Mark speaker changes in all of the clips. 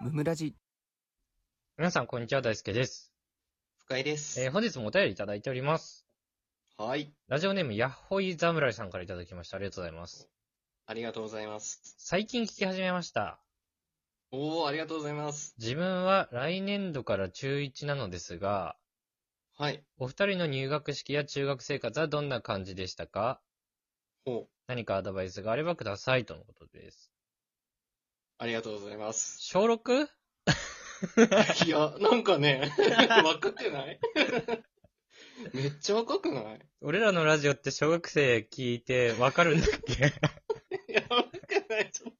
Speaker 1: むらじ。
Speaker 2: 皆さん、こんにちは。大輔です。
Speaker 3: 深井です。
Speaker 2: えー本日もお便りいただいております。
Speaker 3: はい。
Speaker 2: ラジオネーム、ヤッホイ侍さんからいただきました。ありがとうございます。
Speaker 3: ありがとうございます。
Speaker 2: 最近聞き始めました。
Speaker 3: おー、ありがとうございます。
Speaker 2: 自分は来年度から中1なのですが、
Speaker 3: はい。
Speaker 2: お二人の入学式や中学生活はどんな感じでしたか
Speaker 3: ほう。
Speaker 2: 何かアドバイスがあればください。とのことです。
Speaker 3: ありがとうございます。
Speaker 2: 小 6?
Speaker 3: いや、なんかね、 若くない めっちゃ若くない
Speaker 2: 俺らのラジオって小学生聞いてわかるんだっけ
Speaker 3: いや、若くない。ちょっ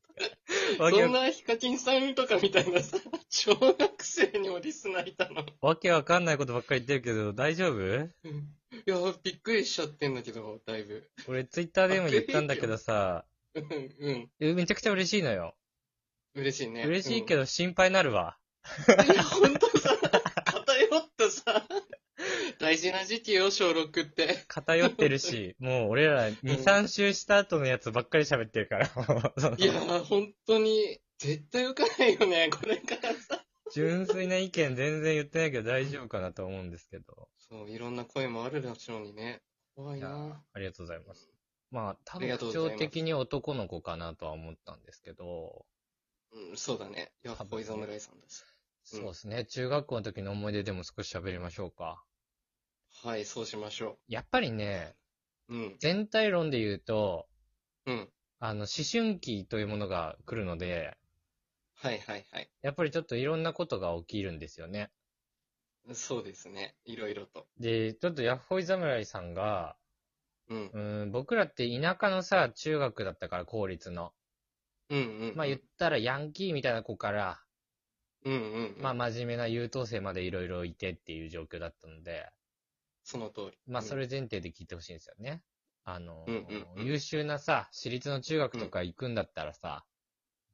Speaker 2: わ
Speaker 3: と
Speaker 2: け
Speaker 3: そんなヒカキンさんとかみたいなさ、小学生にもリスナーいたの。
Speaker 2: わけわかんないことばっかり言ってるけど、大丈夫
Speaker 3: いや、びっくりしちゃってんだけど、だいぶ。
Speaker 2: 俺ツイッターでも言ったんだけどさ、
Speaker 3: うん、うん。
Speaker 2: えめちゃくちゃ嬉しいのよ。
Speaker 3: 嬉しいね。
Speaker 2: 嬉しいけ
Speaker 3: ど。
Speaker 2: ど心配なるわ。
Speaker 3: いや、ほん とさ、偏ったさ、大事な時期よ、小6って。
Speaker 2: 偏ってる し、もう俺ら2、
Speaker 3: うん
Speaker 2: 3周した後のやつばっかり喋ってる から、もうその
Speaker 3: いやー、本当に、絶対受かんないよね、 これからさ。
Speaker 2: 純粋な意見全然言ってないけど大丈夫かなと思うんですけど。
Speaker 3: そう、いろんな声もあるでしょうにね。怖い
Speaker 2: いや
Speaker 3: な
Speaker 2: ありがとうございます。まあ、多
Speaker 3: あり
Speaker 2: 分
Speaker 3: がとう
Speaker 2: 特
Speaker 3: ございま
Speaker 2: 徴
Speaker 3: す
Speaker 2: 的に男の子かなとは思ったんですけど、
Speaker 3: うん、そうだね。いや、
Speaker 2: 多分ね
Speaker 3: ボイザムライさんです。
Speaker 2: そうですね、中学校の時の思い出でも少し喋りましょうか。
Speaker 3: はい、そうしましょ
Speaker 2: やっぱりね、
Speaker 3: う。うん、
Speaker 2: 全体論で言うと、
Speaker 3: うん。
Speaker 2: あの、思春期というものが来るので、
Speaker 3: はいはいはい。
Speaker 2: やっぱりちょっといろんなことが起きるんですよね。
Speaker 3: そうですね。いろいろと。
Speaker 2: で、ちょっとヤッホイ侍さんが、
Speaker 3: うん。
Speaker 2: うーん、僕らって田舎のさ、中学だったから、公立の。
Speaker 3: うんうん。
Speaker 2: まあ言ったらヤンキーみたいな子から、
Speaker 3: うんうん。
Speaker 2: まあ、真面目な優等生までいろいろいてっていう状況だったので、
Speaker 3: その通り。
Speaker 2: まあそ
Speaker 3: れ。
Speaker 2: れ前提で聞いてほしいんですよね。あの、
Speaker 3: うんうんうん
Speaker 2: 優秀なさ、私立の中学とか行くんだったらさ、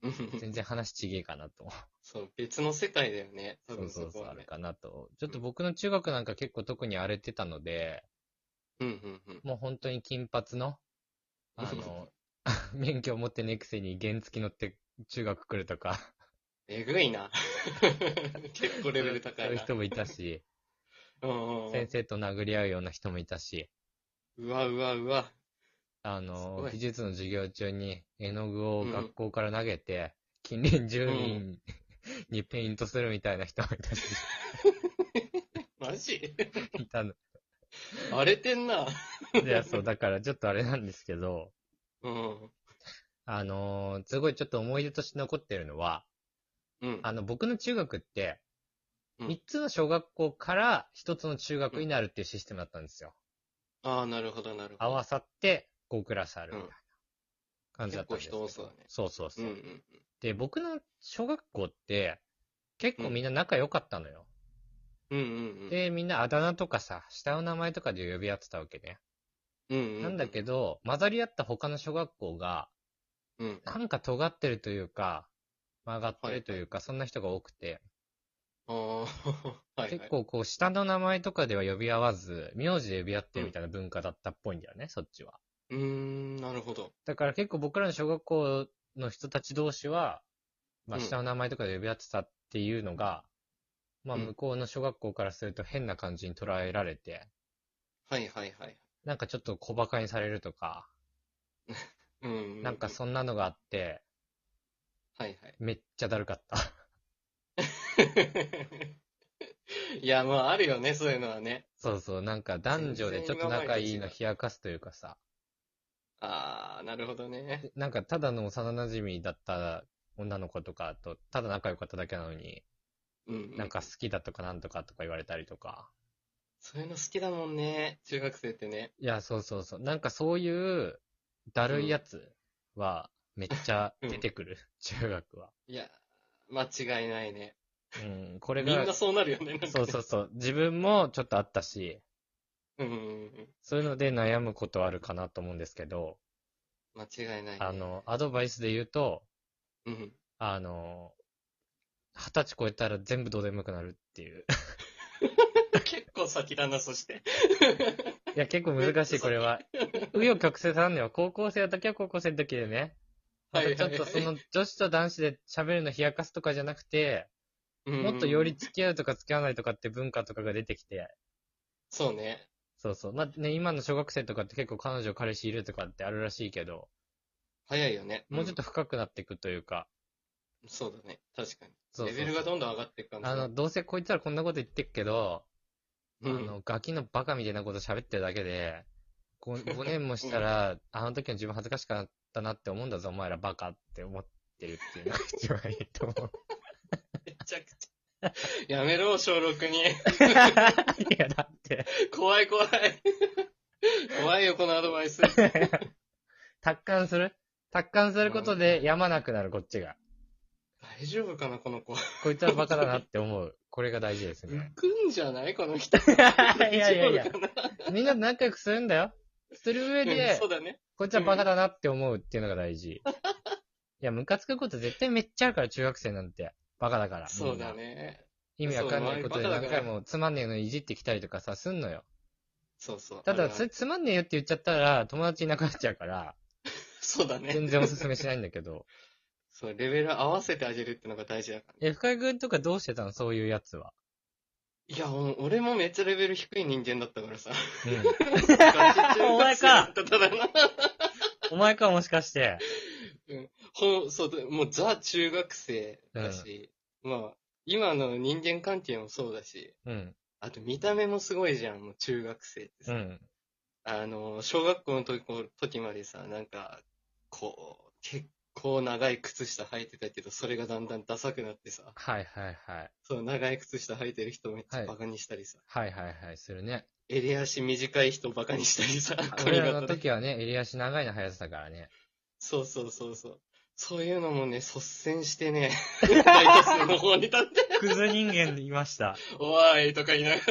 Speaker 3: うん
Speaker 2: 全然話ちげえかなと。
Speaker 3: そう、別の世界だよね。
Speaker 2: そ
Speaker 3: 多
Speaker 2: う
Speaker 3: 分
Speaker 2: そ
Speaker 3: そう
Speaker 2: そう、
Speaker 3: こ
Speaker 2: あ
Speaker 3: は
Speaker 2: る
Speaker 3: ね。
Speaker 2: かなと。ちょっと僕の中学なんか結構特に荒れてたので、
Speaker 3: うんうんうん。
Speaker 2: もう本当に金髪の、あの、 免許を持ってねえくせに原付乗って中学来るとか、
Speaker 3: えぐいな。 結構レベル高
Speaker 2: そう
Speaker 3: い
Speaker 2: いう
Speaker 3: な。
Speaker 2: 人もいた し、
Speaker 3: うんうんうん
Speaker 2: 先生と殴り合うような人もいたし、
Speaker 3: うわうわうわ。
Speaker 2: あ
Speaker 3: す
Speaker 2: の
Speaker 3: ご、い
Speaker 2: 美術の授業中に絵の具を学校から投げて、近隣住民にペイントするみたいな人もい たし、
Speaker 3: マジ
Speaker 2: いたの。
Speaker 3: 荒れてんな。
Speaker 2: いや、そう、だからちょっとあれなんですけど、
Speaker 3: うん。
Speaker 2: あの、すごいちょっと思い出として残ってるのは、
Speaker 3: うん。
Speaker 2: あの、僕の中学って、
Speaker 3: うん
Speaker 2: 3つの小学校から1つの中学になるっていうシステムだったんですよ。
Speaker 3: ああ、なるほど、なるほど。
Speaker 2: 合わさって5クラスあるみたいな感じだったんですけど、
Speaker 3: うん結構人多そうだね
Speaker 2: そうそうそうう、
Speaker 3: んうん。
Speaker 2: で、僕の小学校って、結構みんな仲良かったのよ。
Speaker 3: うんうんうん。
Speaker 2: で、みんなあだ名とかさ、下の名前とかで呼び合ってたわけね。
Speaker 3: うんうんうん、
Speaker 2: なんだけど、混ざり合った他の小学校が、
Speaker 3: うん。
Speaker 2: なんか尖ってるというか、曲がってるというか、そんな人が多くて、
Speaker 3: ああ、はい、はい。
Speaker 2: 結。構こう、下の名前とかでは呼び合わず、名字で呼び合ってるみたいな文化だったっぽいんだよね、そっちは。
Speaker 3: うーん、なるほど。
Speaker 2: だから結構僕らの小学校の人たち同士は、まあ、
Speaker 3: うん
Speaker 2: 下の名前とかで呼び合ってたっていうのが、まあ、
Speaker 3: うん
Speaker 2: 向こうの小学校からすると変な感じに捉えられて、
Speaker 3: はいはいはい。
Speaker 2: なんかちょっと小馬鹿にされるとか、
Speaker 3: うんうんうん。
Speaker 2: なんかそんなのがあって、
Speaker 3: はいはい。
Speaker 2: めっちゃだるかった。
Speaker 3: いや、まあ、あるよね、そういうのはね。
Speaker 2: そうそう、なんか男女でちょっと仲いいの冷やかすというかさ、
Speaker 3: ああ、なるほどね。
Speaker 2: でなんかただの幼馴染だった女の子とかと、ただ仲良かっただけなのに、
Speaker 3: うん、う
Speaker 2: なんか好きだとかなんとかとか言われたりとか、
Speaker 3: そういうの好きだもんね、中学生ってね。
Speaker 2: いや、そうそうそう。なんかそういう、だるいやつは、めっちゃ出てくる、中学は。
Speaker 3: いや、間違いないね。
Speaker 2: うん、こ
Speaker 3: み
Speaker 2: れ
Speaker 3: ん
Speaker 2: が
Speaker 3: な、そうなるよね、なんか、ね。
Speaker 2: そうそうそう。自分もちょっとあったし、
Speaker 3: う。うんうんうん。
Speaker 2: そういうので悩むことはあるかなと思うんですけど、
Speaker 3: 間違いない、ね。
Speaker 2: あ、の、アドバイスで言うと、
Speaker 3: うん。
Speaker 2: あの、二十歳超えたら全部どうでもよくなるっていう。
Speaker 3: 結構先だな、そして。
Speaker 2: いや、結構難しい、これ は。紆余曲折なんだよ。高校生の時は高校生の時でね。ま
Speaker 3: はい
Speaker 2: た
Speaker 3: はい
Speaker 2: ちょっとその女子と男子で喋るの冷やかすとかじゃなくて、
Speaker 3: うん
Speaker 2: もっとより、付き合うとか付き合わないとかって文化とかが出てきて、
Speaker 3: そうね。
Speaker 2: そうそう。まあね、今の小学生とかって結構彼女彼氏いるとかってあるらしいけど、
Speaker 3: 早いよね。
Speaker 2: もうちょっと深くなっていくというか、
Speaker 3: うん。そうだね。確かに。
Speaker 2: そうそう
Speaker 3: レベルがどんどん上がっていく感じだ
Speaker 2: あの、どうせこいつらこんなこと言ってっけど、
Speaker 3: うん、
Speaker 2: あの、ガキのバカみたいなこと喋ってるだけで、5, 年もしたら、あの時の自分恥ずかしかったなって思うんだぞ、お前らバカって思ってるっていう のが一番いいと思う。
Speaker 3: めちゃくちゃ。 やめろ、小6に。
Speaker 2: いや、だって、
Speaker 3: 怖い怖い。 怖いよ、このアド バイス。
Speaker 2: 達観する達観することでやまなくなる、こっちが。
Speaker 3: 大丈夫かな、この子。
Speaker 2: こいつはバカだなって思う。これが大事ですね。
Speaker 3: 浮くんじゃないこの 人。
Speaker 2: いやいやいや
Speaker 3: 大丈夫かな
Speaker 2: みんな仲良くするんだよ。する上
Speaker 3: うん
Speaker 2: で
Speaker 3: そ、うだね。
Speaker 2: こいつはバカだなって思うっていうのが大事。いや、ムカつくこと絶対めっちゃあるから、中学生なんて。バカだから。
Speaker 3: そうだ
Speaker 2: みんな
Speaker 3: ね。
Speaker 2: 意味わかんないことで
Speaker 3: そう
Speaker 2: 何回もつまんねえのいじってきたりとかさ、すんのよ。
Speaker 3: そうそう。
Speaker 2: た
Speaker 3: あ
Speaker 2: だ、
Speaker 3: るあ
Speaker 2: それ
Speaker 3: る
Speaker 2: つまんねえよって言っちゃったら、友達いなくなっちゃう から、
Speaker 3: そうだね。
Speaker 2: 全然おすすめしないんだけど。
Speaker 3: そう、レベル合わせてあげるってのが大事だから。
Speaker 2: え、深井くんとかどうしてたのそういうやつは。
Speaker 3: いや、お俺もめっちゃレベル低い人間だったからさ。
Speaker 2: うん。
Speaker 3: お
Speaker 2: お前か。
Speaker 3: ただな。
Speaker 2: お前か、もしかして。
Speaker 3: ほん、そうだ、もうザ中学生だし、まあ、今の人間関係もそうだし、
Speaker 2: うん。
Speaker 3: あと見た目もすごいじゃん、もう中学生って
Speaker 2: う
Speaker 3: さ。
Speaker 2: ん。
Speaker 3: あの、小学校の時時までさ、なんか、こう、結構長い靴下履いてたけど、それがだんだんダサくなってさ、
Speaker 2: はいはいはい。
Speaker 3: そう、長い靴下履いてる人をめっち
Speaker 2: は
Speaker 3: ゃ
Speaker 2: い
Speaker 3: バカにしたりさ、
Speaker 2: はいはいはい、するね。
Speaker 3: 襟足短い人をバカにしたりさ、 髪
Speaker 2: 俺ら
Speaker 3: 型
Speaker 2: の
Speaker 3: で
Speaker 2: 時はね、襟足長いの速さだからね。
Speaker 3: そうそうそうそう。そういうのもね、率先し てね、大多数の方に立って、
Speaker 2: クズ人間でいました。
Speaker 3: おーいとか言いながら。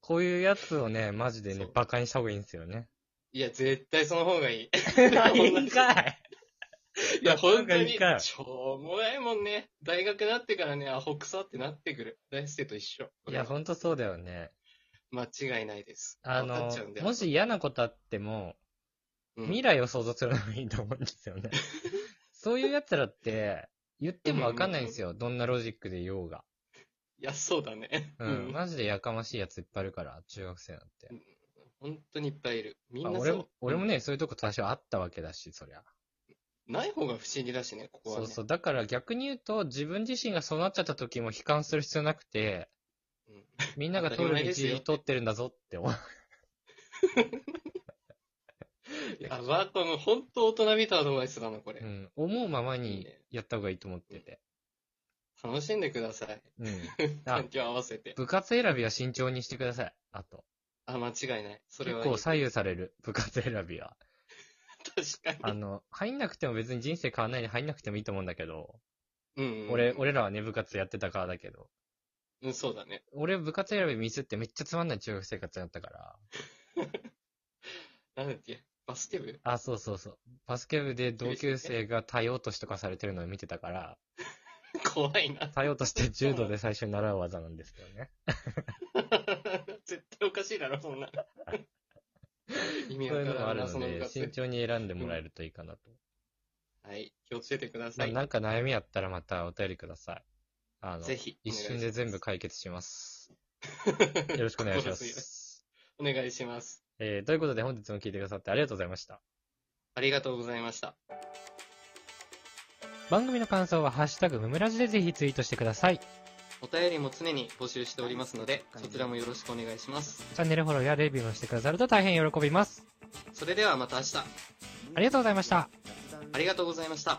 Speaker 2: こういうやつをね、マジでね
Speaker 3: そう、
Speaker 2: バカにした方がいいんですよね。
Speaker 3: いや、絶対その方がいい。
Speaker 2: いいかい
Speaker 3: いや、本当
Speaker 2: い
Speaker 3: に
Speaker 2: いか、い
Speaker 3: しょうもないもんね。大学なってからね、アホ臭ってなってくる。大生と一緒。
Speaker 2: いや、ほんとそうだよね。
Speaker 3: 間違いないです。
Speaker 2: あ
Speaker 3: 分か
Speaker 2: の
Speaker 3: っちゃうんだ、よ
Speaker 2: もし嫌なことあっても、
Speaker 3: うん
Speaker 2: 未来を想像するのがいいと思うんですよ ね。そういう奴らって、言ってもわかんないんですよ。どんなロジックで言おうが。
Speaker 3: いや、そうだね。
Speaker 2: う
Speaker 3: うん
Speaker 2: ん。マジでやかましいやついっぱいいるから、中学生なんて。
Speaker 3: 本当にいっぱいいる。み
Speaker 2: まあ
Speaker 3: んな
Speaker 2: 俺
Speaker 3: そう
Speaker 2: も、。俺もね、そういうとこ多少あったわけだし、そりゃ。
Speaker 3: ない方が不思議だしね、ここは
Speaker 2: そ
Speaker 3: ね。
Speaker 2: うそう。だから逆に言うと、自分自身がそうなっちゃった時も悲観する必要なくて、
Speaker 3: うん
Speaker 2: みんなが通
Speaker 3: 当たり
Speaker 2: る
Speaker 3: 前
Speaker 2: 道
Speaker 3: ですよ
Speaker 2: 通ってるんだぞって思う。
Speaker 3: やば、この本当大人びたアドバイスだな、これ。
Speaker 2: うん。思うままにやった方がいいと思ってて。
Speaker 3: 楽しんでください。
Speaker 2: うん。あ
Speaker 3: 環境合わせて。
Speaker 2: 部活選びは慎重にしてください。あと。
Speaker 3: あ、間違いない。それ
Speaker 2: 結
Speaker 3: は
Speaker 2: 構左右される。 部活選びは。
Speaker 3: 確か
Speaker 2: あ
Speaker 3: に。
Speaker 2: の、入んなくても別に人生変わんないで入んなくてもいいと思うんだけど、
Speaker 3: うんうん
Speaker 2: 俺、、俺らはね、部活やってたからだけど、
Speaker 3: うん、そうだね。
Speaker 2: 俺部活選びミスってめっちゃつまんない中学生活だったから、
Speaker 3: なんだっけ、バスケ部
Speaker 2: あ、そうそうそう。バスケ部で同級生が体落としとかされてるのを見てたから、
Speaker 3: 怖いな。
Speaker 2: 体落としって柔道で最初に習う技なんですけどね。
Speaker 3: 絶対おかしいだろ、そんな。意
Speaker 2: そう
Speaker 3: 味
Speaker 2: いう
Speaker 3: わ
Speaker 2: の
Speaker 3: か
Speaker 2: もあ
Speaker 3: らん
Speaker 2: る
Speaker 3: な、そ
Speaker 2: の
Speaker 3: の部
Speaker 2: で、慎
Speaker 3: 活。
Speaker 2: 重に選んでもらえるといいかなと。
Speaker 3: はい、気をつけてくだ
Speaker 2: ま
Speaker 3: さ
Speaker 2: あ
Speaker 3: い。
Speaker 2: なんか悩みあったらまたお便りください。あの、
Speaker 3: ぜひ。
Speaker 2: 一瞬で全部解決します。
Speaker 3: 部
Speaker 2: よろしくお願いしま
Speaker 3: 心強い
Speaker 2: す。
Speaker 3: お願いします。
Speaker 2: えー、ということで本日も聞いてくださってありがとうございました。
Speaker 3: ありがとうございました。
Speaker 2: 番組の感想はハッシュタグムムラジでぜひツイートしてください。
Speaker 3: お便りも常に募集しておりますので、そちらもよろしくお願いします。
Speaker 2: チャンネルフォローやレビューもしてくださると大変喜びます。
Speaker 3: それではまた明日、
Speaker 2: ありがとうございました。
Speaker 3: ありがとうございました。